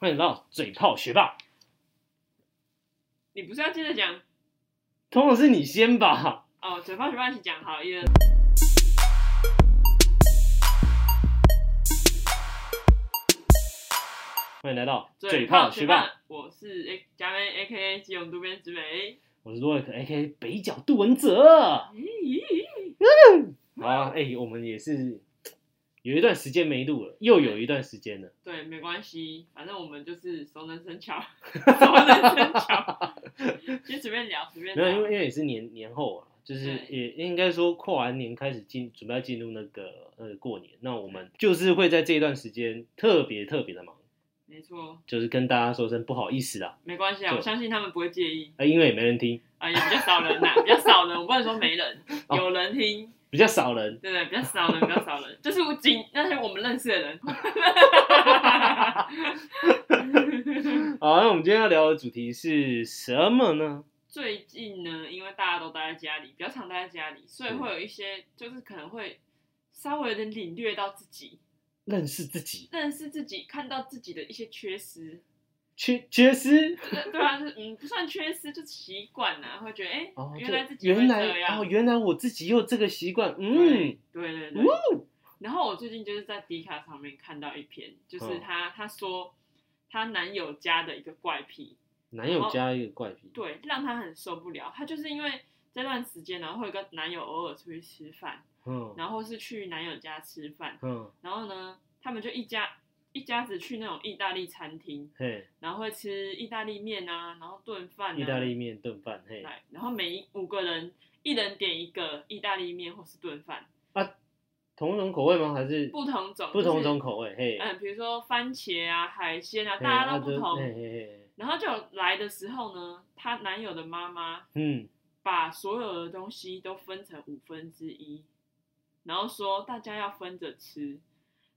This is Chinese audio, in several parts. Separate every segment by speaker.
Speaker 1: 欢迎来到嘴炮学霸，
Speaker 2: 你不是要接着讲
Speaker 1: 通常是你先吧。
Speaker 2: 哦？嘴炮学霸一起讲好，一人。
Speaker 1: 嗯欢迎来到
Speaker 2: 嘴炮学霸，我是 A 嘉威 A K A 基隆渡边直美。
Speaker 1: 我是洛克 A K 北角杜文泽。
Speaker 2: 咦
Speaker 1: 好啊，哎、我们也是有一段时间没录了，又有一段时间了。
Speaker 2: 对，没关系，反正我们就是熟能生巧， 熟能生巧，就随便聊，随便
Speaker 1: 没有，因为
Speaker 2: 聊。
Speaker 1: 因为也是年年后啊，就是
Speaker 2: 啊对
Speaker 1: 也应该说跨完年开始进，准备要进入那个那个过年，那我们就是会在这一段时间特别特别的忙，
Speaker 2: 没错，
Speaker 1: 就是跟大家说声不好意思啦，
Speaker 2: 没关系啊，
Speaker 1: 对
Speaker 2: 我相信他们不会介意
Speaker 1: 啊、因为也没人听，
Speaker 2: 啊，也比较少人呐、比较少人，我不能说没人，
Speaker 1: 哦
Speaker 2: 有人听，
Speaker 1: 比较少人。
Speaker 2: 对不对？比较少人，比较少人，就是我仅那些我们认识的人。
Speaker 1: 好，那我们今天要聊的主题是什么呢？
Speaker 2: 最近呢，因为大家都待在家里，比较常待在家里，所
Speaker 1: 嗯
Speaker 2: 以会有一些就是可能会稍微有点领略到自己，
Speaker 1: 认识自己，
Speaker 2: 认识自己，看到自己的一些缺失。
Speaker 1: 缺缺失
Speaker 2: 对对啊，就是嗯，不算缺失，就是习惯呐，会觉得哎、诶
Speaker 1: 哦，
Speaker 2: 原
Speaker 1: 就
Speaker 2: 来自己会
Speaker 1: 原
Speaker 2: 这
Speaker 1: 来
Speaker 2: 样。
Speaker 1: 哦，原来我自己有这个习惯，嗯
Speaker 2: 对，对对对。
Speaker 1: 呜，
Speaker 2: 然后我最近就是在迪卡上面看到一篇，就是
Speaker 1: 嗯
Speaker 2: 她她说她男友家的一个怪癖，
Speaker 1: 男友加一个怪癖，
Speaker 2: 对，让她很受不了。她就是因为这段时间，然后会跟男友偶尔出去吃饭，
Speaker 1: 嗯
Speaker 2: 然后是去男友家吃饭，
Speaker 1: 嗯，
Speaker 2: 然后呢，他们就一家一家子去那种意大利餐厅，
Speaker 1: 嘿，
Speaker 2: 然后会吃意大利面啊，然后炖饭、啊，
Speaker 1: 意大利面炖饭，嘿，
Speaker 2: 来，然后每一五个人一人点一个意大利面或是炖饭，
Speaker 1: 啊同种口味吗？还是
Speaker 2: 不同种，
Speaker 1: 不同种，口味？嘿，
Speaker 2: 嗯，比如说番茄啊、海鲜啊，
Speaker 1: 嘿
Speaker 2: 大家
Speaker 1: 啊
Speaker 2: 都不
Speaker 1: 这
Speaker 2: 同。
Speaker 1: 嘿嘿嘿，
Speaker 2: 然后就来的时候呢，她男友的妈妈
Speaker 1: 嗯，
Speaker 2: 把所有的东西都分成五分之一，然后说大家要分着吃。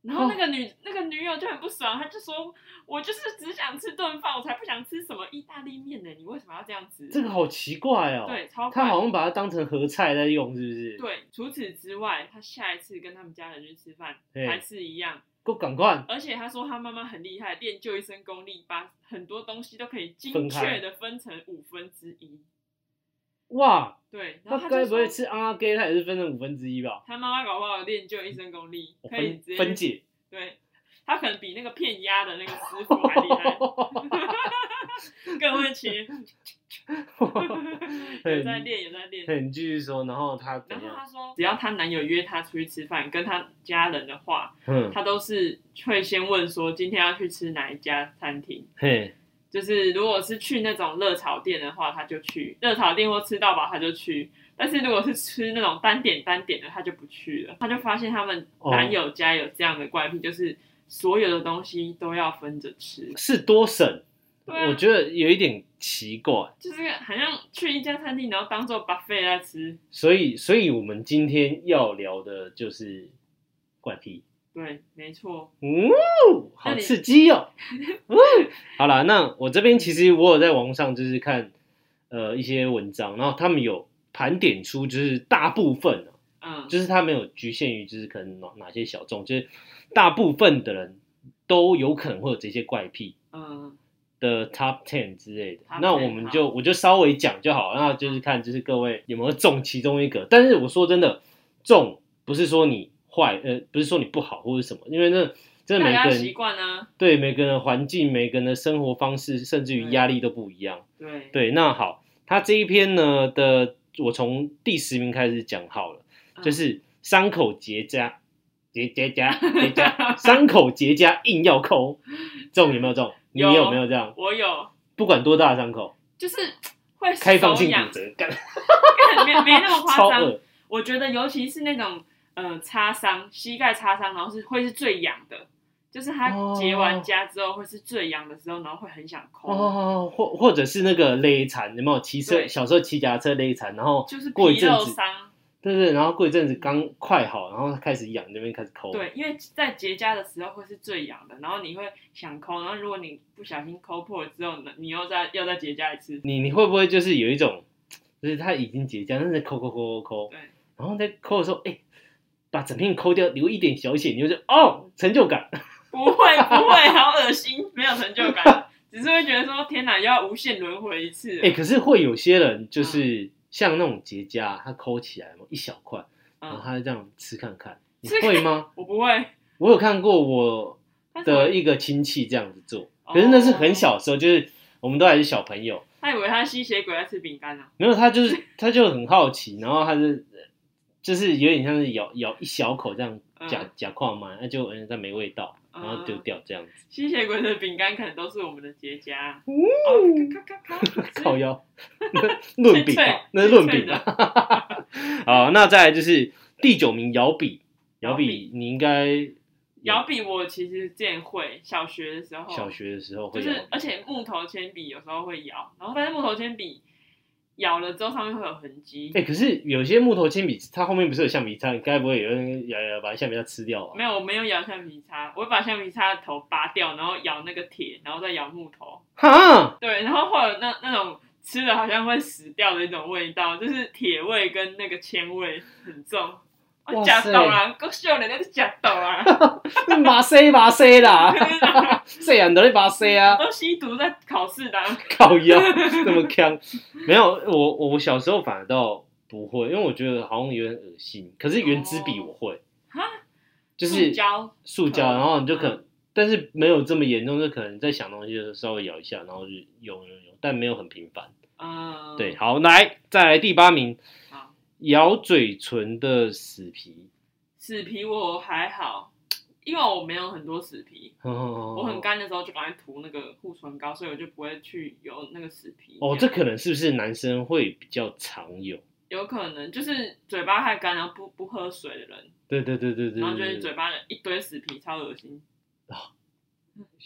Speaker 2: 然
Speaker 1: 哦
Speaker 2: 后那个女、那个女友就很不爽，她就说：“我就是只想吃顿饭，我才不想吃什么意大利面呢，你为什么要这样子？”
Speaker 1: 这个好奇怪哦，，
Speaker 2: 对，超
Speaker 1: 他
Speaker 2: 怪
Speaker 1: 好像把它当成合菜在用，是不是？，
Speaker 2: 对。除此之外，她下一次跟他们家人去吃饭
Speaker 1: 嘿
Speaker 2: 还是一样，
Speaker 1: 够赶快，
Speaker 2: 而且她说她妈妈很厉害，练就一身功力，把很多东西都可以
Speaker 1: 分
Speaker 2: 精
Speaker 1: 开
Speaker 2: 确的分成五分之一。
Speaker 1: 哇，
Speaker 2: 对，然后
Speaker 1: 那
Speaker 2: 她
Speaker 1: 该
Speaker 2: 就
Speaker 1: 不会
Speaker 2: 说
Speaker 1: 吃阿给他也是分成五分之一吧？
Speaker 2: 她妈妈搞不好练就一身功力，
Speaker 1: 我
Speaker 2: 可以
Speaker 1: 分
Speaker 2: 直接
Speaker 1: 分解，
Speaker 2: 对，他可能比那个片鸭的那个师傅还厉 害，更会 切。 有在练，有在练。
Speaker 1: 嘿，你继续说，然后他怎
Speaker 2: 然后
Speaker 1: 样？
Speaker 2: 她说，只要她男友约她出去吃饭，跟她家人的话，
Speaker 1: 嗯，
Speaker 2: 她都是会先问说今天要去吃哪一家餐厅。
Speaker 1: 嘿，
Speaker 2: 就是如果是去那种热炒店的话，她就去热炒店或吃到饱，她就去。但是如果是吃那种单点单点的，她就不去了。她就发现他们
Speaker 1: 哦
Speaker 2: 男友家有这样的怪癖，就是所有的东西都要分着吃。
Speaker 1: 是多省，
Speaker 2: 对啊
Speaker 1: 我觉得有一点奇怪，
Speaker 2: 就是好像去一家餐厅，然后当做 buffet 在吃。
Speaker 1: 所以，所以我们今天要聊的就是怪癖，
Speaker 2: 对，没错。
Speaker 1: 嗯，好
Speaker 2: 那你
Speaker 1: 刺激哦，嗯，好啦，那我这边其实我有在网上就是看呃一些文章，然后他们有盘点出就是大部分、啊、
Speaker 2: 嗯，
Speaker 1: 就是他没有局限于就是可能哪哪些小众，就是大部分的人都有可能会有这些怪癖，
Speaker 2: 嗯，
Speaker 1: 的 top ten 之类的
Speaker 2: Top，
Speaker 1: 那
Speaker 2: 10
Speaker 1: 我们就我就稍微讲就好，那就是看就是各位有没有中其中一个。但是我说真的，中不是说你坏，呃，不是说你不好或者什么，因为那真的
Speaker 2: 大
Speaker 1: 每
Speaker 2: 家
Speaker 1: 个
Speaker 2: 习
Speaker 1: 人
Speaker 2: 惯啊。
Speaker 1: 对每个人的环境、每个人的生活方式，甚至于压力都不一样。
Speaker 2: 对，
Speaker 1: 对，那好，他这一篇呢的，我从第十名开始讲好了，
Speaker 2: 嗯
Speaker 1: 就是伤口结痂。结结痂结 痂，伤口结痂硬要抠，中有没有中？你
Speaker 2: 有
Speaker 1: 有没有这样？
Speaker 2: 我有，
Speaker 1: 不管多大的伤口，
Speaker 2: 就是会手
Speaker 1: 开放性
Speaker 2: 痒
Speaker 1: 骨，折，干
Speaker 2: 没没那么夸
Speaker 1: 超
Speaker 2: 张。
Speaker 1: 恶。
Speaker 2: 我觉得尤其是那种呃擦伤，膝盖擦伤，然后是会是最痒的，就是它
Speaker 1: 哦
Speaker 2: 结完痂之后会是最痒的时候，然后会很想抠。
Speaker 1: 哦，或或者是那个勒残，有没有骑车？
Speaker 2: 嗯对
Speaker 1: 小时候骑脚踏车勒残，然后
Speaker 2: 就是
Speaker 1: 过一
Speaker 2: 皮
Speaker 1: 阵
Speaker 2: 肉
Speaker 1: 子，
Speaker 2: 伤，
Speaker 1: 对对，然后过一阵子刚快好，然后开始痒，那边开始抠。，
Speaker 2: 对，因为在结痂的时候会是最痒的，然后你会想抠，然后如果你不小心抠破了之后，你又再又再结痂一次，
Speaker 1: 你你会不会就是有一种，就是它已经结痂，但是抠抠抠抠抠
Speaker 2: 对，
Speaker 1: 然后在抠的时候，哎、把整片抠掉，留一点小血，你就觉得哦，成就感。
Speaker 2: 不会不会，好恶心，没有成就感，只是会觉得说天哪，又要无限轮回一次了。
Speaker 1: 哎、可是会有些人
Speaker 2: 嗯
Speaker 1: 就是像那种结痂，他抠起来嘛，一小块，然后
Speaker 2: 嗯，
Speaker 1: 他这样吃看看，你
Speaker 2: 吃
Speaker 1: 会吗？
Speaker 2: 我不会。
Speaker 1: 我有看过我
Speaker 2: 他怎么
Speaker 1: 的一个亲戚这样子做，
Speaker 2: 哦
Speaker 1: 可是那是很小的时候，就是我们都还是小朋友，
Speaker 2: 他以为他吸血鬼在吃饼干啊呢。
Speaker 1: 没有他 就是他就很好奇，然后他是就是有点像是咬咬一小口这样
Speaker 2: 嗯
Speaker 1: 假假矿嘛，那就嗯它没味道，然后丢掉这样子，
Speaker 2: 吸血鬼的饼干可能都是我们的结痂。
Speaker 1: 嗯
Speaker 2: 哦，咔咔咔咔 吃
Speaker 1: 靠腰论饼吧，那是论饼吧。 好，那再来就是第九名摇笔，摇笔你应该
Speaker 2: 哦摇笔我其实之前会，小学的时候，
Speaker 1: 小学的时候
Speaker 2: 就
Speaker 1: 会摇
Speaker 2: 是，而且木头铅笔有时候会摇，然后但是木头铅笔咬了之后上面会有痕迹。
Speaker 1: 哎，可是有些木头铅笔，它后面不是有橡皮擦，你该不会有人咬咬把橡皮擦吃掉 吧？
Speaker 2: 没有，我没有咬橡皮擦，我会把橡皮擦的头拔掉，然后咬那个铁，然后再咬木头。
Speaker 1: 哈，
Speaker 2: 对，然后会有那那种吃了好像会死掉的一种味道，就是铁味跟那个铅味很重。
Speaker 1: 哇
Speaker 2: 我假
Speaker 1: 塞
Speaker 2: 抖啊，够秀人那是假 抖啊，
Speaker 1: 马塞马塞啦，虽然都在马塞啊。
Speaker 2: 都吸毒在考试的、啊。
Speaker 1: 靠腰那么呛，没有我我小时候反而倒不会，因为我觉得好像有点恶心。可是圆珠笔我会，
Speaker 2: 哦哈，
Speaker 1: 就是
Speaker 2: 塑胶嗯
Speaker 1: 塑胶，
Speaker 2: 壳
Speaker 1: 然后你就可能，但是没有这么严重，就可能在想东西的时候稍微咬一下，然后就用用用，但没有很频繁。
Speaker 2: 嗯，
Speaker 1: 对，，好，来再来第八名
Speaker 2: 好，
Speaker 1: 咬嘴唇的死皮，
Speaker 2: 死皮我还好，因为我没有很多死皮，
Speaker 1: 我
Speaker 2: 我很。干的时候就赶快涂那个护唇膏，所以我就不会去有那个死皮。
Speaker 1: 哦，这可能是不是男生会比较常有？
Speaker 2: 有可能就是嘴巴太干，然后不不喝水的人，
Speaker 1: 对对对对对，
Speaker 2: 然后就是
Speaker 1: 对
Speaker 2: 嘴巴一堆死皮，超恶心。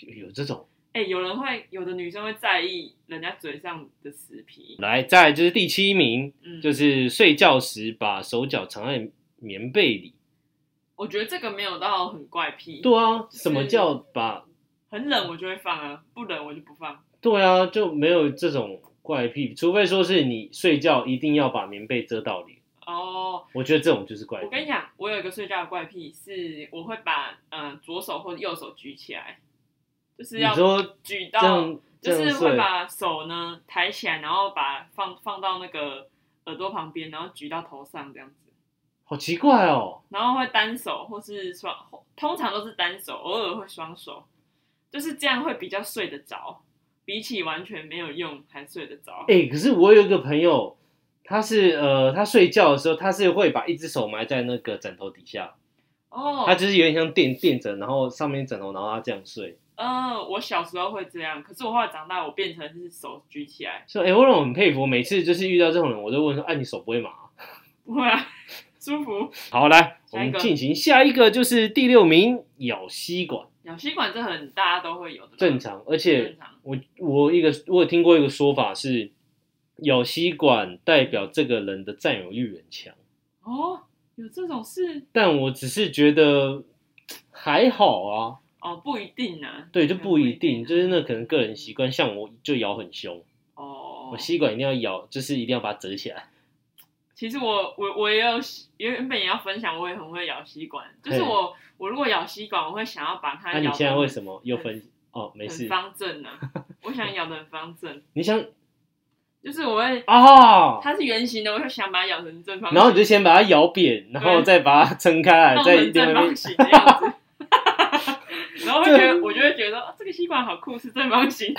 Speaker 1: 有有这种。
Speaker 2: 哎、有人会，有的女生会在意人家嘴上的死皮，
Speaker 1: 来，再来就是第七名，
Speaker 2: 嗯，
Speaker 1: 就是睡觉时把手脚藏在棉被里。
Speaker 2: 我觉得这个没有到很怪癖，
Speaker 1: 对啊，
Speaker 2: 是
Speaker 1: 什么叫把？
Speaker 2: 很冷我就会放啊，不冷我就不放。
Speaker 1: 对啊，就没有这种怪癖，除非说是你睡觉一定要把棉被遮到脸。
Speaker 2: 哦、
Speaker 1: 我觉得这种就是怪
Speaker 2: 我跟你
Speaker 1: 癖。
Speaker 2: 讲，我有一个睡觉的怪癖，是我会把呃左手或者右手举起来，就是
Speaker 1: 你
Speaker 2: 要
Speaker 1: 说
Speaker 2: 举
Speaker 1: 这
Speaker 2: 到，
Speaker 1: 样这
Speaker 2: 就
Speaker 1: 样
Speaker 2: 是
Speaker 1: 睡
Speaker 2: 会，把手呢抬起来，然后把放放到那个耳朵旁边，然后举到头上这样子。
Speaker 1: 好奇怪哦。
Speaker 2: 然后会单手或是双，通常都是单手，偶尔会双手，就是这样会比较睡得着，比起完全没有用还睡得着。
Speaker 1: 哎、可是我有一个朋友，他是呃，他睡觉的时候，他是会把一只手埋在那个枕头底下，
Speaker 2: 哦，
Speaker 1: 他就是有点像垫垫枕，然后上面枕头，然后他这样睡。
Speaker 2: 嗯、我小时候会这样，可是我后来长大，我变成是手举起来，
Speaker 1: 所以、欸我让我很佩服，每次就是遇到这种人，我都问说：“哎、你手不会麻啊、
Speaker 2: 不会啊， 舒服。
Speaker 1: 好，来，我
Speaker 2: 下一
Speaker 1: 们
Speaker 2: 个
Speaker 1: 进行下一个，就是第六名咬吸管，
Speaker 2: 咬吸管这很大家都会有的啦，
Speaker 1: 正常。而且
Speaker 2: 正常。
Speaker 1: 我我一个我有听过一个说法是，咬吸管代表这个人的占有欲很强，
Speaker 2: 哦，有这种事
Speaker 1: 但我只是觉得还好啊，
Speaker 2: 哦，不一定啊，
Speaker 1: 对，就不一定，
Speaker 2: 啊
Speaker 1: 就是那可能个人习惯，像我就咬很凶，
Speaker 2: 哦
Speaker 1: 我。吸管一定要咬，就是一定要把它折起来。
Speaker 2: 其实我我我也有原本也要分享，我也很会咬吸管，就是
Speaker 1: 嘿
Speaker 2: 我我如果咬吸管，我会想要把
Speaker 1: 那、
Speaker 2: 它咬
Speaker 1: 啊你
Speaker 2: 得
Speaker 1: 现在为什
Speaker 2: 很
Speaker 1: 么又分？哦，没
Speaker 2: 很
Speaker 1: 事，
Speaker 2: 方 正呢、我想咬的很方正，
Speaker 1: 你想
Speaker 2: 就是我会
Speaker 1: 啊，
Speaker 2: 它是圆形的，我就想把它咬成正方形，
Speaker 1: 然后你就先把它咬扁，然后
Speaker 2: 对
Speaker 1: 再把它撑开来，
Speaker 2: 弄
Speaker 1: 再
Speaker 2: 成嗯正
Speaker 1: 另外一边
Speaker 2: 方形的样子。 然后会觉得，我就会觉得、哦、这个吸管好酷，是正方形。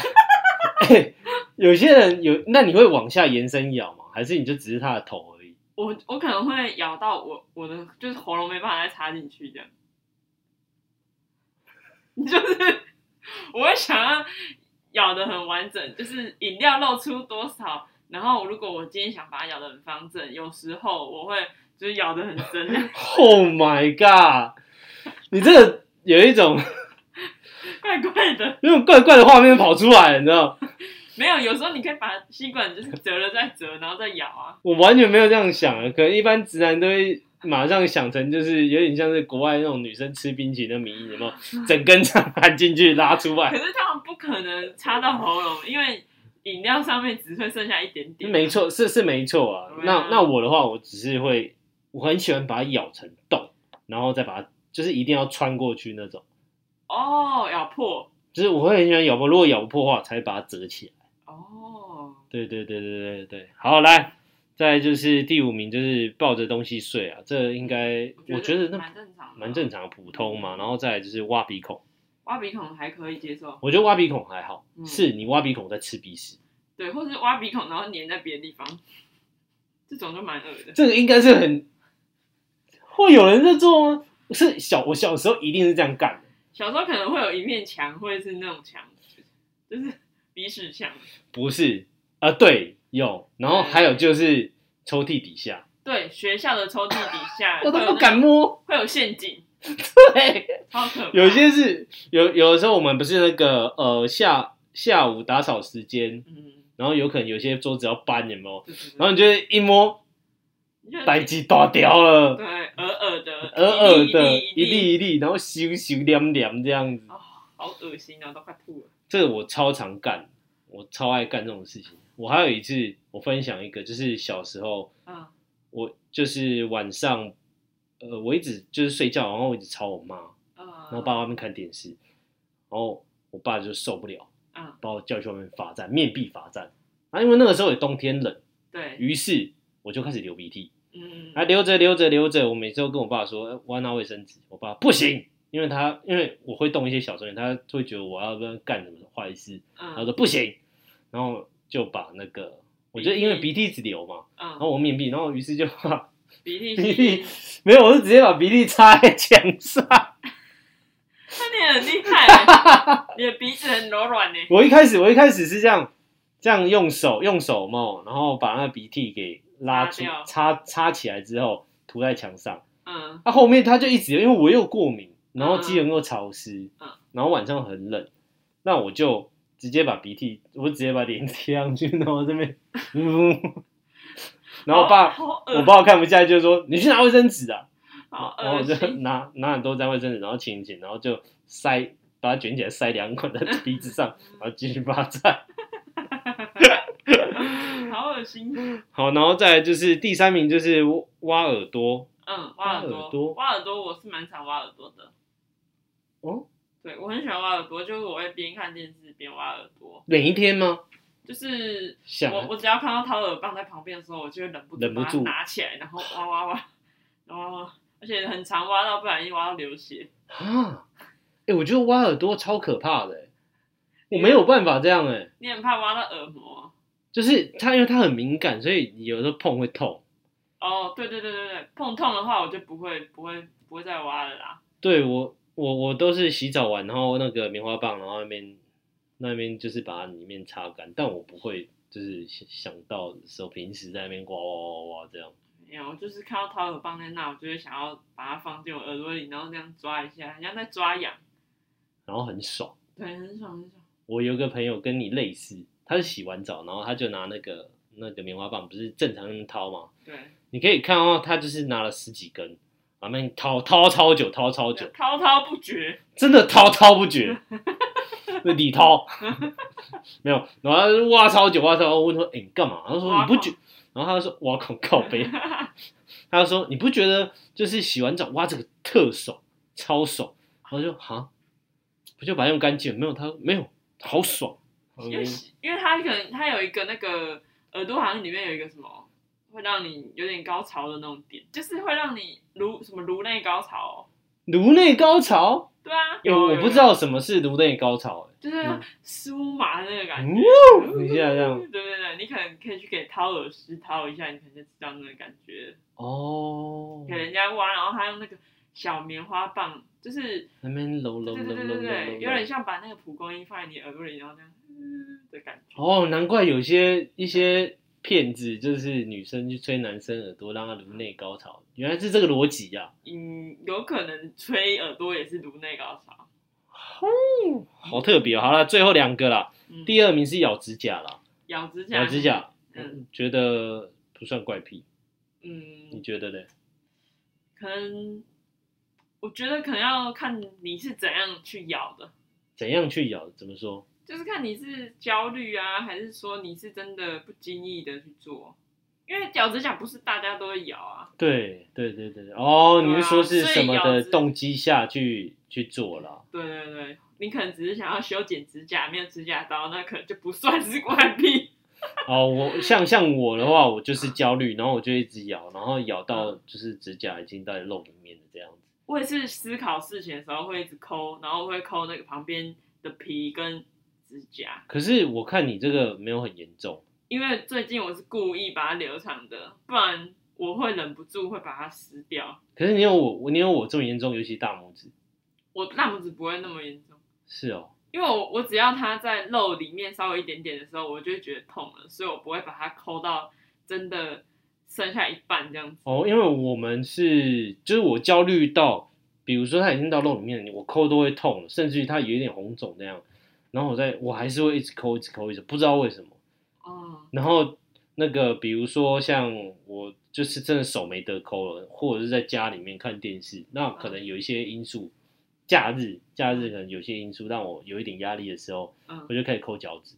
Speaker 1: 有些人有，那你会往下延伸咬吗？还是你就只是它的头而已？
Speaker 2: 我我可能会咬到我我的就是喉咙没办法再插进去这样， 就是我会想要咬的很完整，就是饮料露出多少，然后如果我今天想把它咬的很方正，有时候我会就是咬的很深这 样，
Speaker 1: Oh my god！你这个有一种
Speaker 2: 怪怪的。
Speaker 1: 有一种怪怪的画面跑出来，你知道？
Speaker 2: 没有，有时候你可以把吸管就是折了再折，然后再咬啊。
Speaker 1: 我完全没有这样想啊，可能一般直男都会马上想成就是有点像是国外那种女生吃冰淇淋的名义，有没有？
Speaker 2: 嗯
Speaker 1: 整根这样含进去拉出
Speaker 2: 可
Speaker 1: 来，
Speaker 2: 是他们不可能插到喉咙，因为饮料上面只会剩下一点点。
Speaker 1: 没错，是是没错啊。
Speaker 2: 对啊
Speaker 1: 那那我的话，我只是会，我很喜欢把它咬成洞，然后再把它就是一定要穿过去那种。
Speaker 2: 哦，咬破
Speaker 1: 就是我会很喜欢咬破，如果咬不破的话，我才会把它折起来。
Speaker 2: 哦，
Speaker 1: 对对对对对对，好来，再来就是第五名就是抱着东西睡啊，这应该我觉得那
Speaker 2: 蛮正常的，啊
Speaker 1: 蛮正常，普通嘛。然后再来就是挖鼻孔，
Speaker 2: 挖鼻孔还可以接受，
Speaker 1: 我觉得挖鼻孔还好，
Speaker 2: 嗯
Speaker 1: 是你挖鼻孔在吃鼻屎，
Speaker 2: 对，或是挖鼻孔然后粘在别的地方， 这种就蛮恶的。
Speaker 1: 这个应该是很会有人在做吗？是小我小时候一定是这样干的，
Speaker 2: 小时候可能会有一面墙，会是那种墙，就是鼻屎墙。
Speaker 1: 不是？啊、对，有。然后还有就是抽屉底下，
Speaker 2: 对，学校的抽屉底下
Speaker 1: 我都
Speaker 2: 会有那
Speaker 1: 不敢摸。
Speaker 2: 会有陷阱，
Speaker 1: 对。
Speaker 2: 超可怕。
Speaker 1: 有些是有有的时候我们不是那个呃下下午打扫时间，
Speaker 2: 嗯，
Speaker 1: 然后有可能有些桌子要搬，有没有？
Speaker 2: 对对对
Speaker 1: 然后你就一摸，
Speaker 2: 你就
Speaker 1: 白鸡大掉了，
Speaker 2: 对，耳耳的，
Speaker 1: 耳耳的
Speaker 2: 一
Speaker 1: 呃一
Speaker 2: 粒
Speaker 1: 粒一粒，然后咻咻凉凉这样子。
Speaker 2: 哦，好恶心啊，都快吐了。
Speaker 1: 这个我超常干，我超爱干这种事情。我还有一次，我分享一个，就是小时候
Speaker 2: 嗯，
Speaker 1: 我就是晚上，呃，我一直就是睡觉，然后我一直吵我妈，
Speaker 2: 然
Speaker 1: 然后爸外面看电视，然后我爸就受不了，
Speaker 2: 嗯
Speaker 1: 把我叫去外面罚站，面壁罚站。啊，因为那个时候也冬天冷，
Speaker 2: 对，
Speaker 1: 于是我就开始流鼻涕，
Speaker 2: 嗯，
Speaker 1: 啊，流着流着流着，我每次都跟我爸说，哎我要拿卫生纸，我爸不行，因为他因为我会动一些小声音，他会觉得我要不要干什么坏事，他
Speaker 2: 嗯
Speaker 1: 说不行，然后就把那个，我觉得因为鼻涕一直流嘛，然
Speaker 2: 嗯，
Speaker 1: 后我面壁，然后于是就把
Speaker 2: 鼻
Speaker 1: 鼻
Speaker 2: 涕
Speaker 1: 涕
Speaker 2: 吸，
Speaker 1: 没有，我是直接把鼻涕擦在墙上。
Speaker 2: 那你很厉 害，啊你的鼻子很柔软呢。
Speaker 1: 我一开始我一开始是这样，这样用手用手嘛，然后把那鼻涕给拉出
Speaker 2: 擦
Speaker 1: 擦
Speaker 2: 掉
Speaker 1: 擦起来之后涂在墙上。
Speaker 2: 嗯
Speaker 1: 那、后面它就一直因为我又过敏，然后肌肉又潮湿，
Speaker 2: 嗯
Speaker 1: 然后晚上很冷，那我就直接把鼻涕，我直接把脸贴上去，然后这边， 嗯然后我爸、
Speaker 2: 好好恶
Speaker 1: 我爸看不下去就说：“你去拿卫生纸啊！”
Speaker 2: 嗯好呃
Speaker 1: 然后我
Speaker 2: 恶
Speaker 1: 就
Speaker 2: 心，
Speaker 1: 拿拿很多张卫生纸，然后清一清，然后就塞把它卷起来塞两捆在鼻子上，
Speaker 2: 嗯
Speaker 1: 然后继续发展。
Speaker 2: 好恶心。
Speaker 1: 好，然后再来就是第三名就是挖耳朵
Speaker 2: 嗯，挖耳
Speaker 1: 挖耳朵
Speaker 2: 朵，挖耳朵，我是蛮常挖耳朵的。
Speaker 1: 哦，
Speaker 2: 对，我很喜欢挖耳朵，就是我会边看电视边挖耳朵，
Speaker 1: 每一天吗？
Speaker 2: 就是
Speaker 1: 想啊
Speaker 2: 我我只要看到掏耳棒在旁边的时候，我就会忍不
Speaker 1: 忍不
Speaker 2: 把它
Speaker 1: 住
Speaker 2: 拿起来，然后挖挖挖，然后挖而且很常挖到不小心挖到流血。
Speaker 1: 啊，哎、我觉得挖耳朵超可怕的、欸，我没有办法这样哎、
Speaker 2: 你很怕挖到耳膜？啊
Speaker 1: 就是它因为它很敏感，所以你有时候碰会痛。
Speaker 2: 哦，对对对对对，碰痛的话我就不会不会不会再挖了啦。
Speaker 1: 对我我我都是洗澡完，然后那个棉花棒，然后那边那边就是把它里面擦干，但我不会就是想想到的时候平时在那边哇哇哇哇这样。
Speaker 2: 没有，我就是看到掏耳棒在那，我就会想要把它放进我耳朵里，然后这样抓一下，很像在抓痒，
Speaker 1: 然后很爽。
Speaker 2: 对，很爽很爽。
Speaker 1: 我有个朋友跟你类似，他是洗完澡，然后他就拿那个那个棉花棒，不是正常人掏吗？
Speaker 2: 对，
Speaker 1: 你可以看到他就是拿了十几根，把那掏掏超久，掏超久，
Speaker 2: 滔滔不绝。
Speaker 1: 真的滔滔不绝。那李涛没有，然后他就挖超久，挖超久。我问说：“哎、你干嘛？”他说：“
Speaker 2: 挖
Speaker 1: 你
Speaker 2: 孔
Speaker 1: 不觉？”然后他就说：“挖孔靠 背。”他就说：“你不觉得就是洗完澡挖这个特爽，超爽？”然后就哈，不就把它用干净了？没有，他没有，好 爽。
Speaker 2: 因为因为它可能它有一个那个耳朵，好像里面有一个什么，会让你有点高潮的那种点，就是会让你颅什么颅内高潮、哦。
Speaker 1: 颅内高潮，
Speaker 2: 对啊，
Speaker 1: 哎、我不知，道什么是颅内高潮、
Speaker 2: 就是
Speaker 1: 嗯
Speaker 2: 酥麻的那个感觉。
Speaker 1: 嗯，一下这样
Speaker 2: 对对对，你可能可以去给掏耳师掏一下，你可能就知道那个感觉。
Speaker 1: 哦，
Speaker 2: 给人家挖，然后他用那个小棉花棒，就是
Speaker 1: 那边揉揉
Speaker 2: 对
Speaker 1: 揉
Speaker 2: 对
Speaker 1: 揉
Speaker 2: 对
Speaker 1: 揉
Speaker 2: 对对，有点
Speaker 1: 揉。
Speaker 2: 像把那个蒲公英放在你耳朵里，然后这样、嗯、的感觉。
Speaker 1: 哦，难怪有些一些骗子就是女生去吹男生耳朵，让他颅内高潮，原来是这个逻辑啊呀。
Speaker 2: 嗯，有可能吹耳朵也是颅内高潮。
Speaker 1: 好特别、哦。好了，最后两个啦，
Speaker 2: 嗯、
Speaker 1: 第二名是咬指甲啦，
Speaker 2: 咬指甲，
Speaker 1: 咬指，甲，
Speaker 2: 啊嗯
Speaker 1: 觉得不算怪癖，你
Speaker 2: 嗯，
Speaker 1: 觉得呢？
Speaker 2: 可能我觉得可能要看你是怎样去咬的，
Speaker 1: 怎样去咬？怎么说？
Speaker 2: 就是看你是焦虑啊，还是说你是真的不经意的去做。因为饺子讲不是大家都会咬啊，
Speaker 1: 对对对对对，哦，
Speaker 2: 对啊
Speaker 1: 你是说是什么
Speaker 2: 所以
Speaker 1: 的
Speaker 2: 咬字
Speaker 1: 动机下去去做了？
Speaker 2: 对对对，你可能只是想要修剪指甲，没有指甲刀，那可能就不算是怪癖。
Speaker 1: 哦，我像像我的话，我就是焦虑，然后我就一直咬，然后咬到就是指甲已经在肉里面了这样子。
Speaker 2: 我也是思考事情的时候会一直抠，然后会抠那个旁边的皮跟指甲，
Speaker 1: 可是我看你这个没有很严重，
Speaker 2: 因为最近我是故意把它留长的，不然我会忍不住会把它撕掉。
Speaker 1: 可是你有我，你有我这么严重，尤其大拇指。
Speaker 2: 我大拇指不会那么严重，
Speaker 1: 是哦，
Speaker 2: 因为我我只要它在肉里面稍微一点点的时候，我就会觉得痛了，所以我不会把它抠到真的剩下一半这样子。
Speaker 1: 哦，因为我们是，就是我焦虑到，比如说它已经到肉里面了，我抠都会痛了，甚至于它有一点红肿那样，然后我在我还是会一直抠，一直抠，一直不知道为什么。
Speaker 2: 哦，
Speaker 1: 然后那个比如说像我就是真的手没得抠了，或者是在家里面看电视，那可能有一些因素，假日假日可能有些因素让我有一点压力的时候，
Speaker 2: 嗯
Speaker 1: 我，就开始抠脚趾。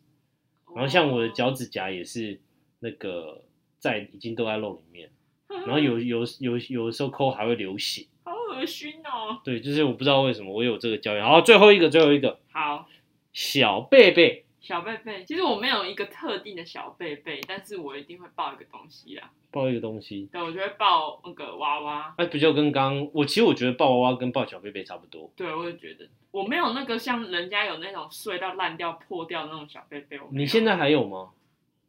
Speaker 1: 然后像我的脚趾甲也是那个在已经都在肉里面，
Speaker 2: 哦，
Speaker 1: 然后有有有有的时候抠还会流血。
Speaker 2: 好恶心哦。
Speaker 1: 对，就是我不知道为什么我有这个焦虑。好，最后一个，最后一个
Speaker 2: 好，
Speaker 1: 小贝贝
Speaker 2: 小贝贝，其实我没有一个特定的小贝贝，但是我一定会抱一个东西啦。
Speaker 1: 抱一个东西，
Speaker 2: 对，我就会抱那个娃娃。
Speaker 1: 哎、不就跟刚我其实我觉得抱娃娃跟抱小贝贝差不多。
Speaker 2: 对，我也觉得我没有那个像人家有那种碎到烂掉、破掉的那种小贝贝。我没有
Speaker 1: 你现在还有吗？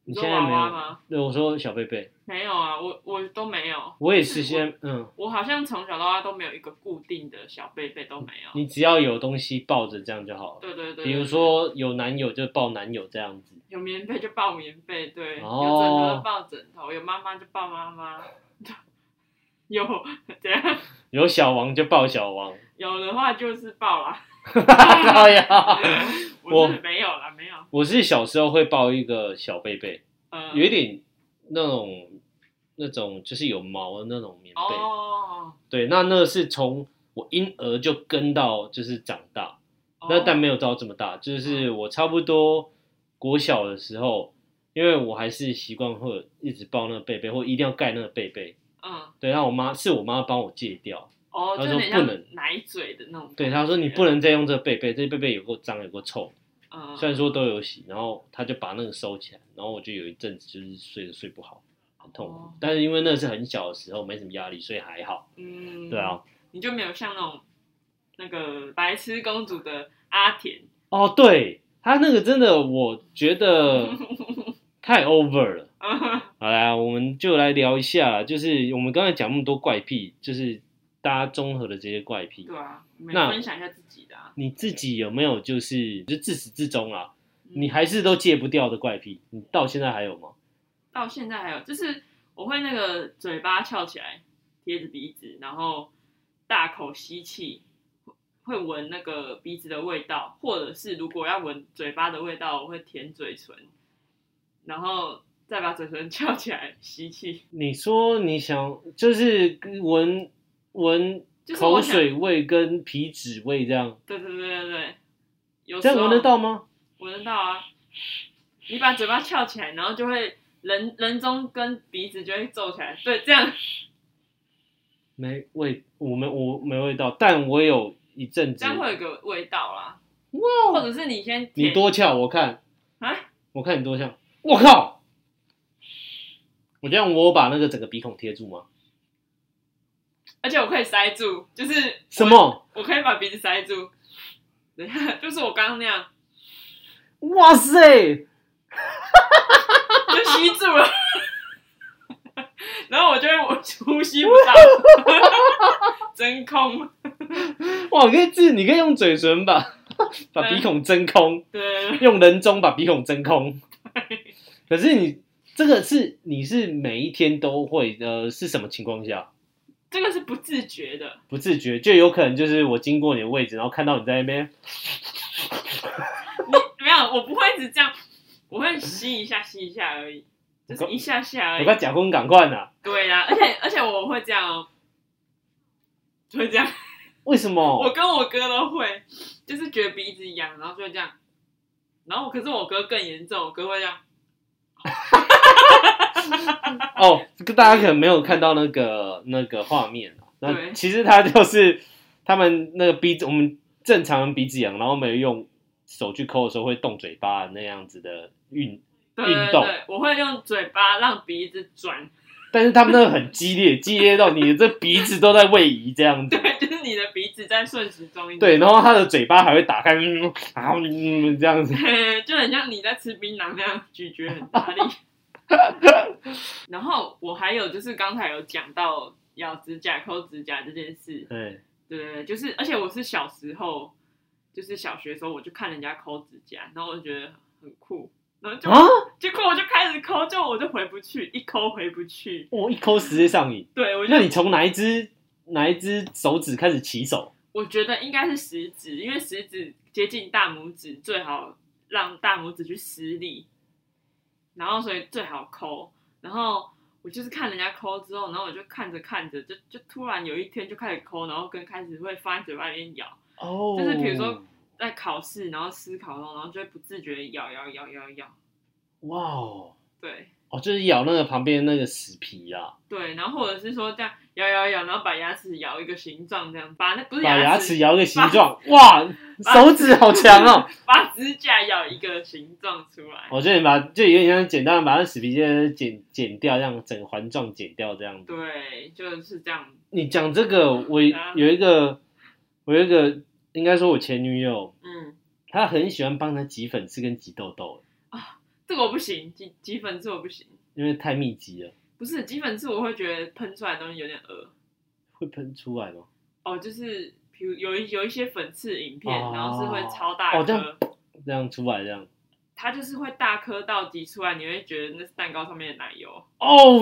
Speaker 2: 你
Speaker 1: 你
Speaker 2: 说
Speaker 1: 现在
Speaker 2: 娃
Speaker 1: 没
Speaker 2: 娃
Speaker 1: 有？
Speaker 2: 吗？
Speaker 1: 对，我说小贝贝，
Speaker 2: 没有啊，我我都没有。
Speaker 1: 我也是先嗯，
Speaker 2: 我好像从小到大都没有一个固定的小贝贝，都没有。
Speaker 1: 你只要有东西抱着这样就好了。
Speaker 2: 对对对，
Speaker 1: 比如说有男友就抱男友这样子，
Speaker 2: 有棉被就抱棉被，对，
Speaker 1: 哦
Speaker 2: 有枕头就抱枕头，有妈妈就抱妈妈， 有怎样？
Speaker 1: 有小王就抱小 王。
Speaker 2: 有的话就是抱啦。
Speaker 1: 哎呀，
Speaker 2: 我是没有啦，没有。
Speaker 1: 我是小时候会抱一个小贝贝，
Speaker 2: 呃，
Speaker 1: 有一点那种那种就是有毛的那种棉被。
Speaker 2: 哦，
Speaker 1: 对，那那是从我婴儿就跟到就是长大，
Speaker 2: 哦
Speaker 1: 那但没有到这么大，就是我差不多国小的时候，因为我还是习惯会一直抱那个贝贝，或一定要盖那个贝贝。
Speaker 2: 嗯，
Speaker 1: 对，然后我妈是我妈帮我戒掉，
Speaker 2: 哦，
Speaker 1: 他说
Speaker 2: 就有点
Speaker 1: 不能
Speaker 2: 像奶嘴的那种。
Speaker 1: 对，她说你不，能再用这个贝贝，这贝贝有够脏，有够臭。
Speaker 2: 嗯，
Speaker 1: 虽然说都有洗，然后他就把那个收起来，然后我就有一阵子就是睡得睡不好，很痛苦
Speaker 2: 哦。
Speaker 1: 但是因为那是很小的时候，没什么压力，所以还好。
Speaker 2: 嗯，
Speaker 1: 对啊，，
Speaker 2: 你就没有像那种那个白痴公主的阿田，
Speaker 1: 哦，对他那个真的，我觉 得太 over 了。好啦，我们就来聊一下，就是我们刚才讲那么多怪癖，就是大家综合的这些怪癖，
Speaker 2: 对啊，我们
Speaker 1: 那
Speaker 2: 分享一下自己的啊。
Speaker 1: 你自己有没有就是就自始至终啊，
Speaker 2: 嗯
Speaker 1: 你还是都戒不掉的怪癖，你到现在还有吗？
Speaker 2: 到现在还有，就是我会那个嘴巴翘起来贴着鼻子，然后大口吸气，会会闻那个鼻子的味道，或者是如果要闻嘴巴的味道，我会舔嘴唇，然后再把嘴唇翘起来吸气。
Speaker 1: 你说你想就是闻闻
Speaker 2: 就是我
Speaker 1: 口
Speaker 2: 想
Speaker 1: 水味跟皮脂味这样，
Speaker 2: 对对对对对，有时
Speaker 1: 这
Speaker 2: 候
Speaker 1: 样闻得到吗？
Speaker 2: 闻得到啊！你把嘴巴翘起来，然后就会人人中跟鼻子就会皱起来，对，这样
Speaker 1: 没味，我没我没味道，但我有一阵子
Speaker 2: 这样会有个味道啦。或者是你先
Speaker 1: 你
Speaker 2: 舔
Speaker 1: 多翘，我看
Speaker 2: 啊，
Speaker 1: 我看你多翘，我靠！我这样我把那个整个鼻孔贴住吗？
Speaker 2: 而且我可以塞住，就是我
Speaker 1: 什？么？
Speaker 2: 我可以把鼻子塞住，等一下， 就是我刚刚那样，
Speaker 1: 哇塞！
Speaker 2: 就吸住了，然后我就会我呼吸不到，真空，
Speaker 1: 哇，可以自，你可以用嘴唇把 把
Speaker 2: 嗯
Speaker 1: 鼻孔真空，
Speaker 2: 对，
Speaker 1: 用人中把鼻孔真 空。可是你这个是你是每一天都会呃是什么情况下？
Speaker 2: 这个是不自觉的，
Speaker 1: 不自觉就有可能就是我经过你的位置，然后看到你在那边，
Speaker 2: 你没有，我不会一直这样，我会吸一下吸一下而已，就是一下下而
Speaker 1: 我跟
Speaker 2: 已，
Speaker 1: 假公啊赶快呐！
Speaker 2: 对呀、而且而且我会这样哦，会这样，
Speaker 1: 为什么？
Speaker 2: 我跟我哥都会，就是觉得鼻子痒，然后就会这样，然后可是我哥更严重，我哥会这样，
Speaker 1: 哦，大家可能没有看到那个那个画面啊那
Speaker 2: 对
Speaker 1: 其实他就是他们那个鼻子，我们正常人鼻子痒，然后没有用手去抠的时候会动嘴巴那样子的运，
Speaker 2: 对
Speaker 1: 运
Speaker 2: 对
Speaker 1: 动
Speaker 2: 对，我会用嘴巴让鼻子转，
Speaker 1: 但是他们那个很激烈，激烈到你的这鼻子都在位移这样子。
Speaker 2: 对，就是你的鼻子在顺时钟一点，
Speaker 1: 对，然后他的嘴巴还会打开，嗯啊、嗯、这样子。
Speaker 2: 对， 就很像你在吃槟榔那样，咀嚼很大 力。然后我还有就是刚才有讲到咬指甲、抠指甲这件事，
Speaker 1: 对，
Speaker 2: 对对对，就是而且我是小时候，就是小学的时候我就看人家抠指甲，然后我就觉得很酷，然后就、
Speaker 1: 啊，
Speaker 2: 结果我就开始抠，就我就回不去，一抠回不去，
Speaker 1: 我一抠直接上瘾。
Speaker 2: 对我就
Speaker 1: 那你从哪一只哪一只手指开始起手？
Speaker 2: 我觉得应该是食指，因为食指接近大拇指，最好让大拇指去施力，然后所以最好抠。然后我就是看人家抠之后，然后我就看着看着，就就突然有一天就开始抠，然后跟开始会放在嘴巴里面咬，
Speaker 1: 哦
Speaker 2: 就是比如说，在考试然后思考中，然后就会不自觉地咬咬咬咬咬，
Speaker 1: 哇哦，
Speaker 2: 对
Speaker 1: 哦，就是咬那个旁边那个死皮啊，
Speaker 2: 对，然后或者是说这样咬咬咬，然后把牙齿咬一个形状，这样把那不是
Speaker 1: 把牙齿
Speaker 2: 齿，
Speaker 1: 咬一个形状，哇，手指好强哦！
Speaker 2: 把指甲咬一个形状出来。
Speaker 1: 我觉得你把就有点像简单，把那死皮先剪剪掉，这样整个环状剪掉这样子。
Speaker 2: 对，就是这样。
Speaker 1: 你讲这个，我
Speaker 2: 啊
Speaker 1: 有一个，我有一个，应该说我前女友，
Speaker 2: 嗯，
Speaker 1: 她很喜欢帮她挤粉刺跟挤痘痘，
Speaker 2: 这个我不行，挤挤粉刺我不行。
Speaker 1: 因为太密集了，
Speaker 2: 不是挤粉刺，我会觉得喷出来的东西有点恶
Speaker 1: 会喷出来吗？
Speaker 2: 哦，就是比如有一有一些粉刺影片，
Speaker 1: 哦
Speaker 2: 然后是会超大
Speaker 1: 哦这样
Speaker 2: 颗，
Speaker 1: 这样出来这样。
Speaker 2: 它就是会大颗到挤出来，你会觉得那是蛋糕上面的奶油，
Speaker 1: 哦，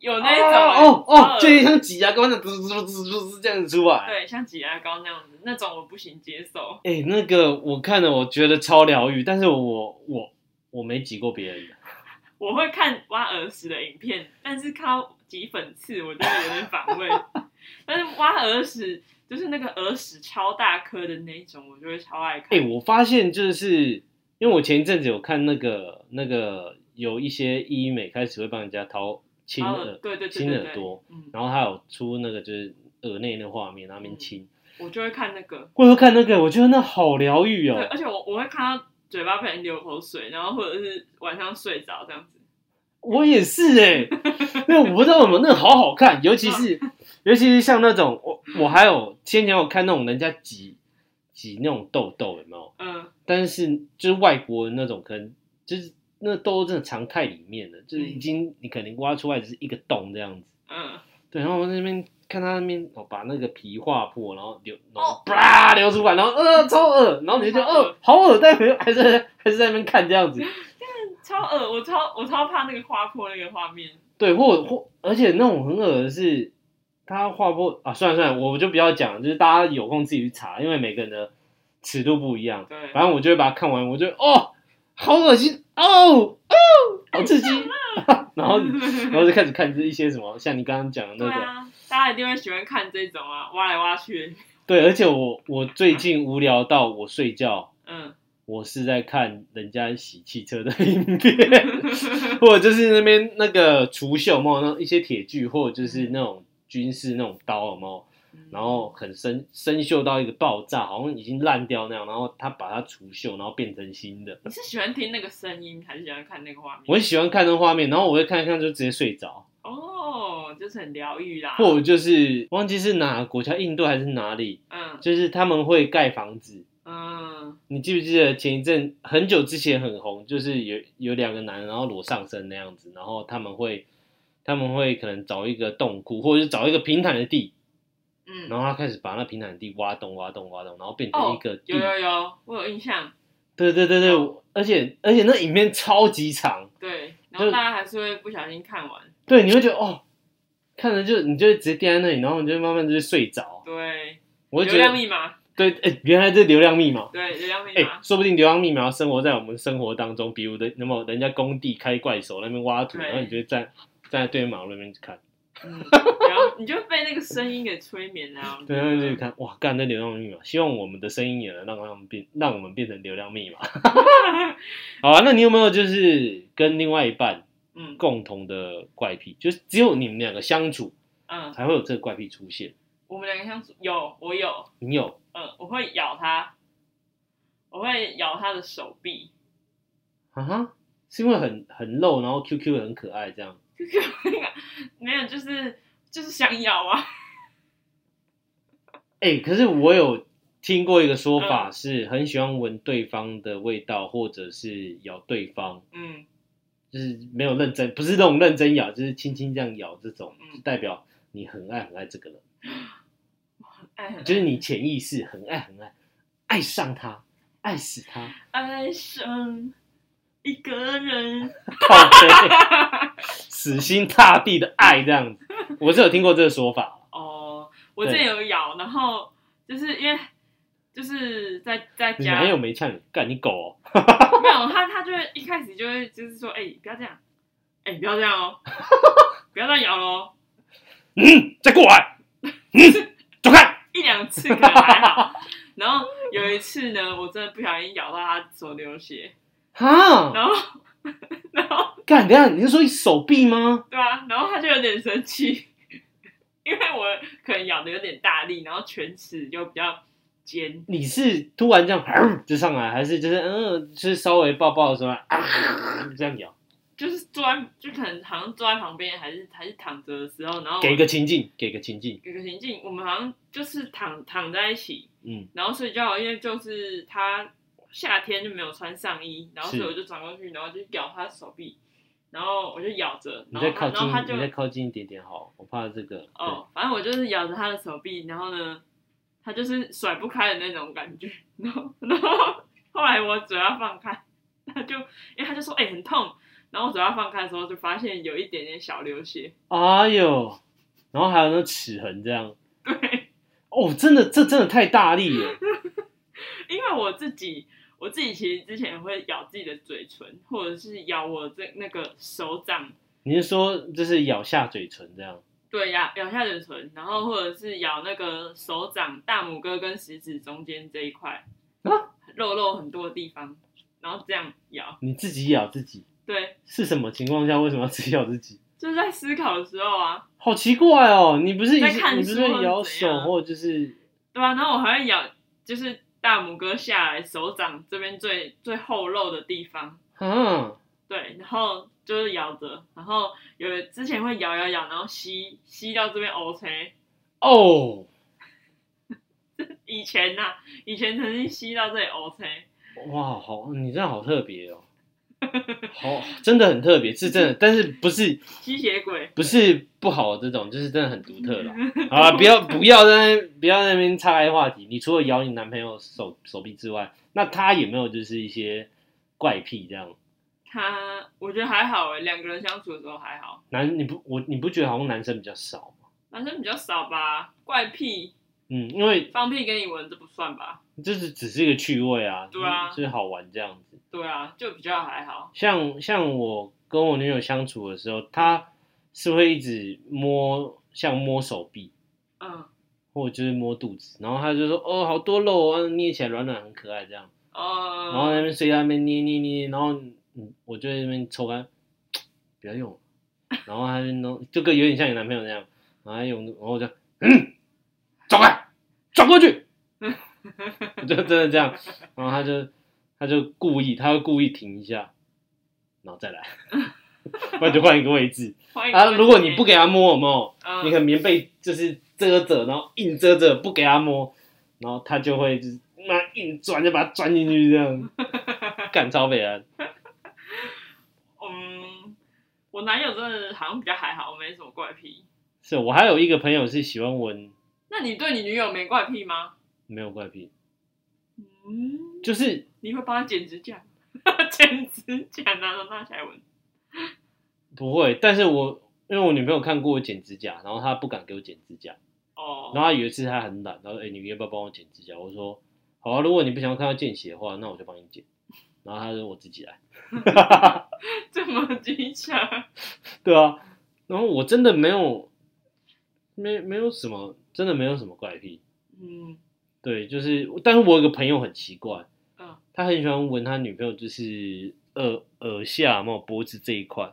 Speaker 2: 有那一种
Speaker 1: 哦哦
Speaker 2: 超
Speaker 1: 哦，
Speaker 2: 恶
Speaker 1: 就有点像挤牙膏那样，滋滋滋滋滋滋这样子出来。
Speaker 2: 对，像挤牙膏那样子，那种我不行接受。
Speaker 1: 哎、那个我看了，我觉得超疗愈，但是我我我没挤过别人的，
Speaker 2: 我会看挖耳屎的影片，但是看到挤粉刺，我觉得有点反 胃。但是挖耳屎就是那个耳屎超大颗的那一种，我就会超爱看。
Speaker 1: 哎、我发现就是因为我前一阵子有看那个那个有一些医美开始会帮人家掏亲
Speaker 2: 掏
Speaker 1: 耳，
Speaker 2: 耳对对对
Speaker 1: 亲
Speaker 2: 对
Speaker 1: 耳
Speaker 2: 对
Speaker 1: 朵，
Speaker 2: 嗯，
Speaker 1: 然后还有出那个就是耳内那画面，然后那边亲，
Speaker 2: 我就会看那个，
Speaker 1: 或者说看那个，我觉得那好疗愈
Speaker 2: 对，
Speaker 1: 哦。
Speaker 2: 而且我我会看到嘴巴被人流口水，然后或者是晚上睡着这样子。
Speaker 1: 我也是哎、 因为我不知道为什么那个好好看，尤其是尤其是像那种我我还有先前我看那种人家挤挤那种痘痘有没有？
Speaker 2: 嗯，
Speaker 1: 但是就是外国人那种，可能就是那痘痘真的藏太里面了，就是已经你可能挖出来只是一个洞这样子。
Speaker 2: 嗯，
Speaker 1: 对，然后我那边看他那边哦，把那个皮划破，然后流，然后
Speaker 2: 哦
Speaker 1: 啪流出来，然后呃超恶，然后你就觉得
Speaker 2: 超恶
Speaker 1: 呃 好恶，但没还是还是在那边看这样子。
Speaker 2: 超恶，我超我超怕那个划破那个画面。
Speaker 1: 对，或或而且那种很恶的是，他划破啊，算了算了，我就不要讲了，就是大家有空自己去查，因为每个人的尺度不一样。
Speaker 2: 对，
Speaker 1: 反正我就会把它看完，我就哦，好恶心哦哦，好刺激， 然后然后就开始看这一些什么，像你刚刚讲的那
Speaker 2: 对
Speaker 1: 个，
Speaker 2: 啊，大家一定会喜欢看这种啊，挖来挖去。
Speaker 1: 对，而且我我最近无聊到我睡觉，
Speaker 2: 嗯，
Speaker 1: 我是在看人家洗汽车的影片，或者就是那边那个除锈嘛，那一些铁锯，或者就是那种军事那种刀嘛，
Speaker 2: 嗯
Speaker 1: 然后很生生锈到一个爆炸，好像已经烂掉那样，然后他把它除锈，然后变成新的。
Speaker 2: 你是喜欢听那个声音，还是喜欢看那个画面？
Speaker 1: 我很喜欢看那画面，然后我会看一看就直接睡着，
Speaker 2: 哦，就是很疗愈啦。
Speaker 1: 或者就是忘记是哪个国家，印度还是哪里，
Speaker 2: 嗯
Speaker 1: 就是他们会盖房子。
Speaker 2: 嗯，
Speaker 1: 你记不记得前一阵很久之前很红，就是有有两个男人然后裸上身那样子，然后他们会他们会可能找一个洞窟，或者是找一个平坦的地，
Speaker 2: 嗯
Speaker 1: 然后他开始把那平坦的地挖洞挖洞挖洞，然后变成一个地。
Speaker 2: 哦有有有，我有印象。
Speaker 1: 对对对对，
Speaker 2: 哦
Speaker 1: 而且而且那影片超级长，
Speaker 2: 对，然后大家还是会不小心看完。
Speaker 1: 对，你会觉得哦，看着就你就会直接垫在那里，然后你就慢慢就睡着。
Speaker 2: 对，
Speaker 1: 我就觉
Speaker 2: 流量
Speaker 1: 得
Speaker 2: 密码，
Speaker 1: 对，哎、原来这流量密码，
Speaker 2: 对，流啊量密
Speaker 1: 哎、
Speaker 2: 码，
Speaker 1: 说不定流量密码生活在我们生活当中，比如的，那么人家工地开怪手那边挖土，
Speaker 2: 对
Speaker 1: 然后你就站站在对面马路那边去看，
Speaker 2: 嗯，然后你就被那个声音给催眠了。我觉
Speaker 1: 对，
Speaker 2: 得
Speaker 1: 然后就去看，哇，干这流量密码，希望我们的声音也能让他们变，让我 们变成流量密码。好啊，那你有没有就是跟另外一半
Speaker 2: 嗯
Speaker 1: 共同的怪癖，就是只有你们两个相处
Speaker 2: 嗯，
Speaker 1: 才会有这个怪癖出现。
Speaker 2: 我们两个相处有我有，
Speaker 1: 你有
Speaker 2: 嗯，我会咬它，我会咬它的手臂。
Speaker 1: 啊哈？是因为很很肉，然后 QQ 很可爱这样。
Speaker 2: 没有，就是就是想咬啊，
Speaker 1: 哎、可是我有听过一个说法，是很喜欢闻对方的味道，或者是咬对方，
Speaker 2: 嗯
Speaker 1: 就是没有认真，不是那种认真咬，就是轻轻这样咬，这种
Speaker 2: 嗯
Speaker 1: 就代表你很爱很爱这个人，
Speaker 2: 哎，很
Speaker 1: 就是你潜意识很爱很爱，爱上他，爱死他，
Speaker 2: 爱上一 个人，
Speaker 1: 靠背，死心塌地的爱这样子。我是有听过这个说法，啊
Speaker 2: 哦，我
Speaker 1: 对
Speaker 2: 这有咬，然后就是因为就是在在
Speaker 1: 你
Speaker 2: 家
Speaker 1: 男友没呛你，干你狗哦。
Speaker 2: 没有他，他就会一开始就会就是说，哎、不要这样，哎、不要这 样哦，不要再咬哦喽，
Speaker 1: 嗯，再过来，嗯，走开。
Speaker 2: 一两次可能还好。 然后有一次呢，我真的不小心咬到他手流血，
Speaker 1: 哈，
Speaker 2: 然后然后
Speaker 1: 干，等一下你是说手臂吗？
Speaker 2: 对啊，然后他就有点生气， 因为我可能咬的有点大力，然后犬齿就比较尖，
Speaker 1: 你是突然这样呃就上来，还是就是嗯，就是稍微抱抱的时候啊这样咬？
Speaker 2: 就是坐在就可能好像坐在旁边，还是还是躺着的时候，然后我
Speaker 1: 给一个情境，给一个情境，
Speaker 2: 给个情境，我们好像就是躺躺在一起。
Speaker 1: 嗯，
Speaker 2: 然后睡觉，因为就是他夏天就没有穿上衣，然后
Speaker 1: 是
Speaker 2: 所以我就转过去，然后就咬他的手臂，然后我就咬着，
Speaker 1: 你
Speaker 2: 然后
Speaker 1: 再
Speaker 2: 他
Speaker 1: 靠
Speaker 2: 然后他
Speaker 1: 近，
Speaker 2: 就
Speaker 1: 你再靠近一点点好，我怕这个。
Speaker 2: 哦，反正我就是咬着他的手臂，然后呢，他就是甩不开的那种感觉，然后然后后来我嘴巴放开，他就因为他就说哎、很痛，然后我嘴巴放开的时候就发现有一点点小流血，
Speaker 1: 对，哎呦，然后还有那齿痕这样，
Speaker 2: 对。
Speaker 1: 哦，真的，这真的太大力了。
Speaker 2: 因为我自己，我自己其实之前会咬自己的嘴唇，或者是咬我这那个手掌，
Speaker 1: 你是说就是咬下嘴唇这样？
Speaker 2: 对，咬咬下嘴唇，然后或者是咬那个手掌大拇哥跟食指中间这一块，
Speaker 1: 啊
Speaker 2: 肉肉很多的地方，然后这样咬，
Speaker 1: 你自己咬自己
Speaker 2: 对，
Speaker 1: 是什么情况下？为什么要自己咬自己？
Speaker 2: 就是在思考的时候啊，
Speaker 1: 好奇怪哦！你不是已
Speaker 2: 在
Speaker 1: 经
Speaker 2: 看
Speaker 1: 你不是
Speaker 2: 书或者
Speaker 1: 咬
Speaker 2: 怎
Speaker 1: 手
Speaker 2: 样
Speaker 1: 或者就是
Speaker 2: 对啊，然后我还会咬，就是大拇哥下来手掌这边最最厚肉的地方，
Speaker 1: 啊？
Speaker 2: 对，然后就是咬着，然后有之前会咬咬咬，然后吸吸到这边 OK。
Speaker 1: 哦，
Speaker 2: 以前呐、以前曾经吸到这里 OK，
Speaker 1: 哇，好，你真的好特别哦，好，真的很特别，是真的，但是不是
Speaker 2: 吸血鬼。
Speaker 1: 不是不好的这种，就是真的很独 特啦。好了，不要不要在那不要在那边岔开话题。你除了咬你男朋友手手臂之外，那他有没有就是一些怪癖这样？
Speaker 2: 他我觉得还好哎，两个人相处的时候还好，
Speaker 1: 男你不我你不觉得好像男生比较少吗？
Speaker 2: 男生比较少吧。怪癖
Speaker 1: 嗯，因为
Speaker 2: 放屁给你闻这不算吧？
Speaker 1: 这是只是一个趣味啊，
Speaker 2: 对啊
Speaker 1: 就是好玩这样子。
Speaker 2: 对啊，就比较还好。
Speaker 1: 像像我跟我女友相处的时候，她是会一直摸，像摸手臂
Speaker 2: 嗯，
Speaker 1: 或者就是摸肚子，然后她就说哦好多肉啊，捏起来软软很可爱这样，然后在那
Speaker 2: 呃，
Speaker 1: 边睡在那边捏捏捏，然后嗯我就在那边抽干，不要用，然后她就弄，就跟有点像你男朋友那样，然后她用，然后我就 嗯，走开，转过去， 我就真的这样，然后她就她就故意，她会故意停一下，然后再来。 不然就换一个位置
Speaker 2: 欢迎
Speaker 1: 啊！如果你不给他摸，有没有？
Speaker 2: 嗯，
Speaker 1: 你可能棉被就是遮着，然后硬遮着不给他摸，然后他就会就是那硬钻就把它钻进去这样，干超北安。
Speaker 2: 嗯，我男友真的好像比较还好，没什么怪癖。
Speaker 1: 是我还有一个朋友是喜欢闻，
Speaker 2: 那你对你女友没怪癖吗？
Speaker 1: 没有怪癖，
Speaker 2: 嗯，
Speaker 1: 就是
Speaker 2: 你会帮他剪指甲， 剪指甲拿着拿起来闻。
Speaker 1: 不会。但是我因为我女朋友看过我剪指甲，然后她不敢给我剪指甲，
Speaker 2: 哦，
Speaker 1: 然后她有一次她很懒，她说：“哎、你要不要帮我剪指甲？”我说：“好啊，如果你不想要看到见血的话，那我就帮你剪。”然后她说：“我自己来。”
Speaker 2: 这么 机巧，
Speaker 1: 对啊，然后我真的没有，没没有什么，真的没有什么怪癖。
Speaker 2: 嗯
Speaker 1: 对，就是，但是我有个朋友很奇怪，
Speaker 2: 嗯
Speaker 1: 他很喜欢闻他女朋友就是耳耳下有没有脖子这一块，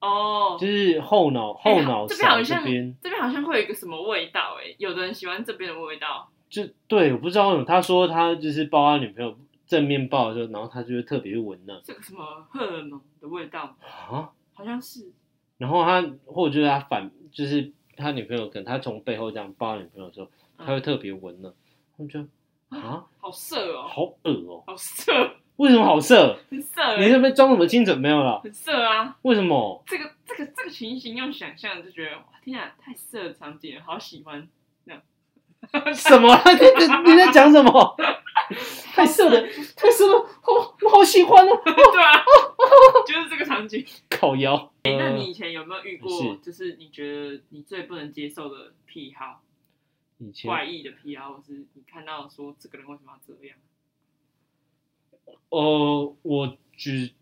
Speaker 2: 哦，哎
Speaker 1: 就是后脑后脑
Speaker 2: 这边好
Speaker 1: 勺这
Speaker 2: 像
Speaker 1: 边，
Speaker 2: 这边好像会有一个什么味道哎、有的人喜欢这边的味道，
Speaker 1: 就对，我不知道为什么他说他就是抱他女朋友正面抱的时候，然后他就会特别闻那
Speaker 2: 这个什么荷尔蒙的味道，
Speaker 1: 啊，
Speaker 2: 好像是
Speaker 1: 然后他或者就是他反就是他女朋友可能他从背后这样抱他女朋友的时候，他会特别闻呢，他们就啊
Speaker 2: 嗯好色哦、
Speaker 1: 好恶哦、
Speaker 2: 好色，
Speaker 1: 为什么好色？
Speaker 2: 很色、
Speaker 1: 你
Speaker 2: 欸，
Speaker 1: 是不是装什么清纯没有了？
Speaker 2: 很色啊！
Speaker 1: 为什么？
Speaker 2: 这个这个这个情形用想象就觉得哇，天啊，太色的场景了，好喜欢 这样。
Speaker 1: 什么？你你你在讲什么？太色了，太色了，我我好喜欢哦，
Speaker 2: 对啊， 就是这个场景。
Speaker 1: 烤腰。
Speaker 2: 哎、那你以前有没有遇过
Speaker 1: 是，
Speaker 2: 就是你觉得你最不能接受的癖好，
Speaker 1: 以前
Speaker 2: 怪异的癖好，或是你看到说这个人为什么要这样？
Speaker 1: 呃，我只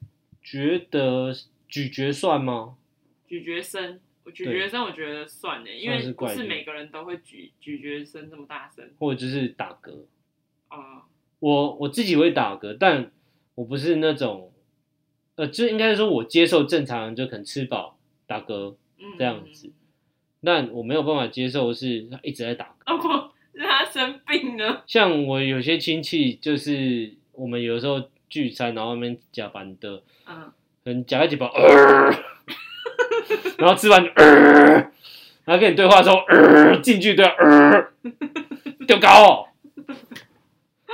Speaker 1: 觉得咀嚼算吗？
Speaker 2: 咀嚼声，我咀
Speaker 1: 对
Speaker 2: 嚼声我觉得算欸的，因
Speaker 1: 算
Speaker 2: 为
Speaker 1: 是
Speaker 2: 不
Speaker 1: 怪
Speaker 2: 是
Speaker 1: 异
Speaker 2: 每个人都会咀咀嚼声这么大声
Speaker 1: 或者就是打嗝？
Speaker 2: 啊、
Speaker 1: 我我自己会打嗝，但我不是那种，呃，就应该是说我接受正常人就可能吃饱打嗝，
Speaker 2: 嗯，
Speaker 1: 这样子。但我没有办法接受是他一直在打嗝。
Speaker 2: 如果让哦他生病呢？
Speaker 1: 像我有些亲戚，就是我们有时候聚餐，然后外面加班的，
Speaker 2: 嗯，
Speaker 1: 可能夹个几包，呃、 然后吃完就、呃，然后跟你对话的时候，呃、进去对、啊，呃、丢高、哦，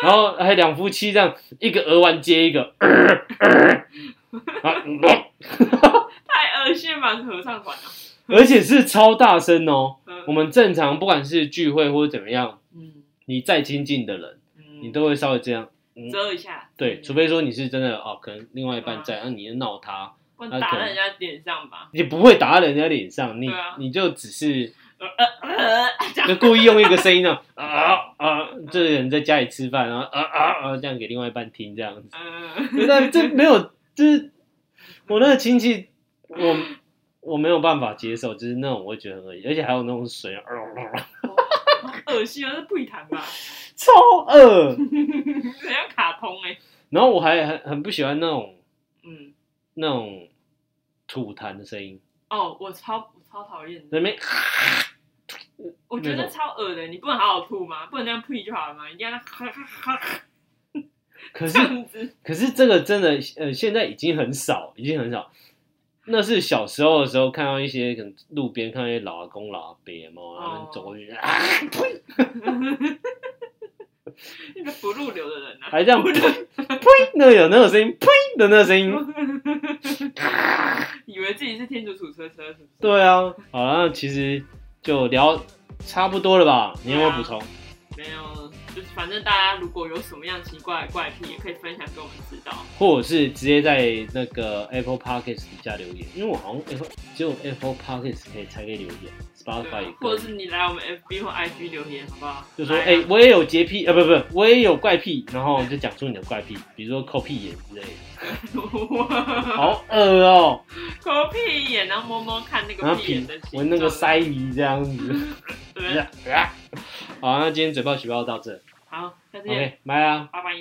Speaker 1: 然后还两夫妻这样，一个鹅丸接一个，呃、呃、啊、
Speaker 2: 太恶心了吧，合唱团啊！
Speaker 1: 而且是超大声哦。
Speaker 2: 嗯
Speaker 1: 我们正常不管是聚会或者怎么样，
Speaker 2: 嗯
Speaker 1: 你再亲近的人，
Speaker 2: 嗯，
Speaker 1: 你都会稍微这样。
Speaker 2: 遮一下，
Speaker 1: 对，除非说你是真的哦，可能另外一半在，那、你闹他，
Speaker 2: 不
Speaker 1: 那
Speaker 2: 然打
Speaker 1: 可能
Speaker 2: 在人家脸上吧。
Speaker 1: 你不会打在人家脸上，你、
Speaker 2: 对啊
Speaker 1: 你就只是
Speaker 2: 呃呃呃，这样
Speaker 1: 就故意用一个声音呢， 啊啊，这个人在家里吃饭，然后啊啊啊这样给另外一半听这 样子。
Speaker 2: 嗯，
Speaker 1: 但 这没有，就是我那个亲戚，我我没有办法接受，就是那种我会觉得很恶心，而且还有那种水，啊啊啊
Speaker 2: 恶心啊，这不谈吧？
Speaker 1: 超恶。
Speaker 2: 很像卡通哎、
Speaker 1: 然后我还很很不喜欢那种
Speaker 2: 嗯，
Speaker 1: 那种吐痰的声音，
Speaker 2: 哦，我超我超讨厌的，
Speaker 1: 那边
Speaker 2: 我觉
Speaker 1: 那
Speaker 2: 得
Speaker 1: 种
Speaker 2: 超恶的，你不能好好吐吗？不能这样呸就好了吗？一定要那哈哈哈哈
Speaker 1: 可是
Speaker 2: 这样子，
Speaker 1: 可是这个真的，呃，现在已经很少，已经很少。那是小时候的时候，看到一些可能路边看到一些老阿公、老阿伯嘛，他们走过
Speaker 2: 哦
Speaker 1: 去，啊，
Speaker 2: 那个不入流的人啊，
Speaker 1: 还这样呸呸，那个有那个声音，呸的那个声音。
Speaker 2: 以为自己是天竺鼠车车是不是？
Speaker 1: 对啊，好了，那其实就聊差不多了吧？你有没有补充？
Speaker 2: 没有，就是反正大家如果有什么样奇怪的怪癖，也可以分享给我们知道。
Speaker 1: 或者是直接在那个 Apple Podcast 底下留言，因为我好像 Apple 只有 Apple Podcast 可以才可以留言
Speaker 2: 对
Speaker 1: ，Spotify 也
Speaker 2: 啊，
Speaker 1: 可
Speaker 2: 或
Speaker 1: 以。
Speaker 2: 者是你来我们 FB 或 IG 留言，好不好？
Speaker 1: 就说
Speaker 2: 来啊
Speaker 1: 哎、欸我也有洁癖，呃，不不，我也有怪癖，然后就讲出你的怪癖，比如说抠屁眼之类的。
Speaker 2: 好，
Speaker 1: 好恶哦、
Speaker 2: 抠屁眼，然后摸摸看那
Speaker 1: 然
Speaker 2: 个
Speaker 1: 后
Speaker 2: 屁眼
Speaker 1: 皮
Speaker 2: 的形状
Speaker 1: 闻那个，鳃鱼这样子。
Speaker 2: 对，
Speaker 1: 好，那今天嘴炮学报到这
Speaker 2: 好，下次见，
Speaker 1: ，OK，拜啦。啊
Speaker 2: 拜拜。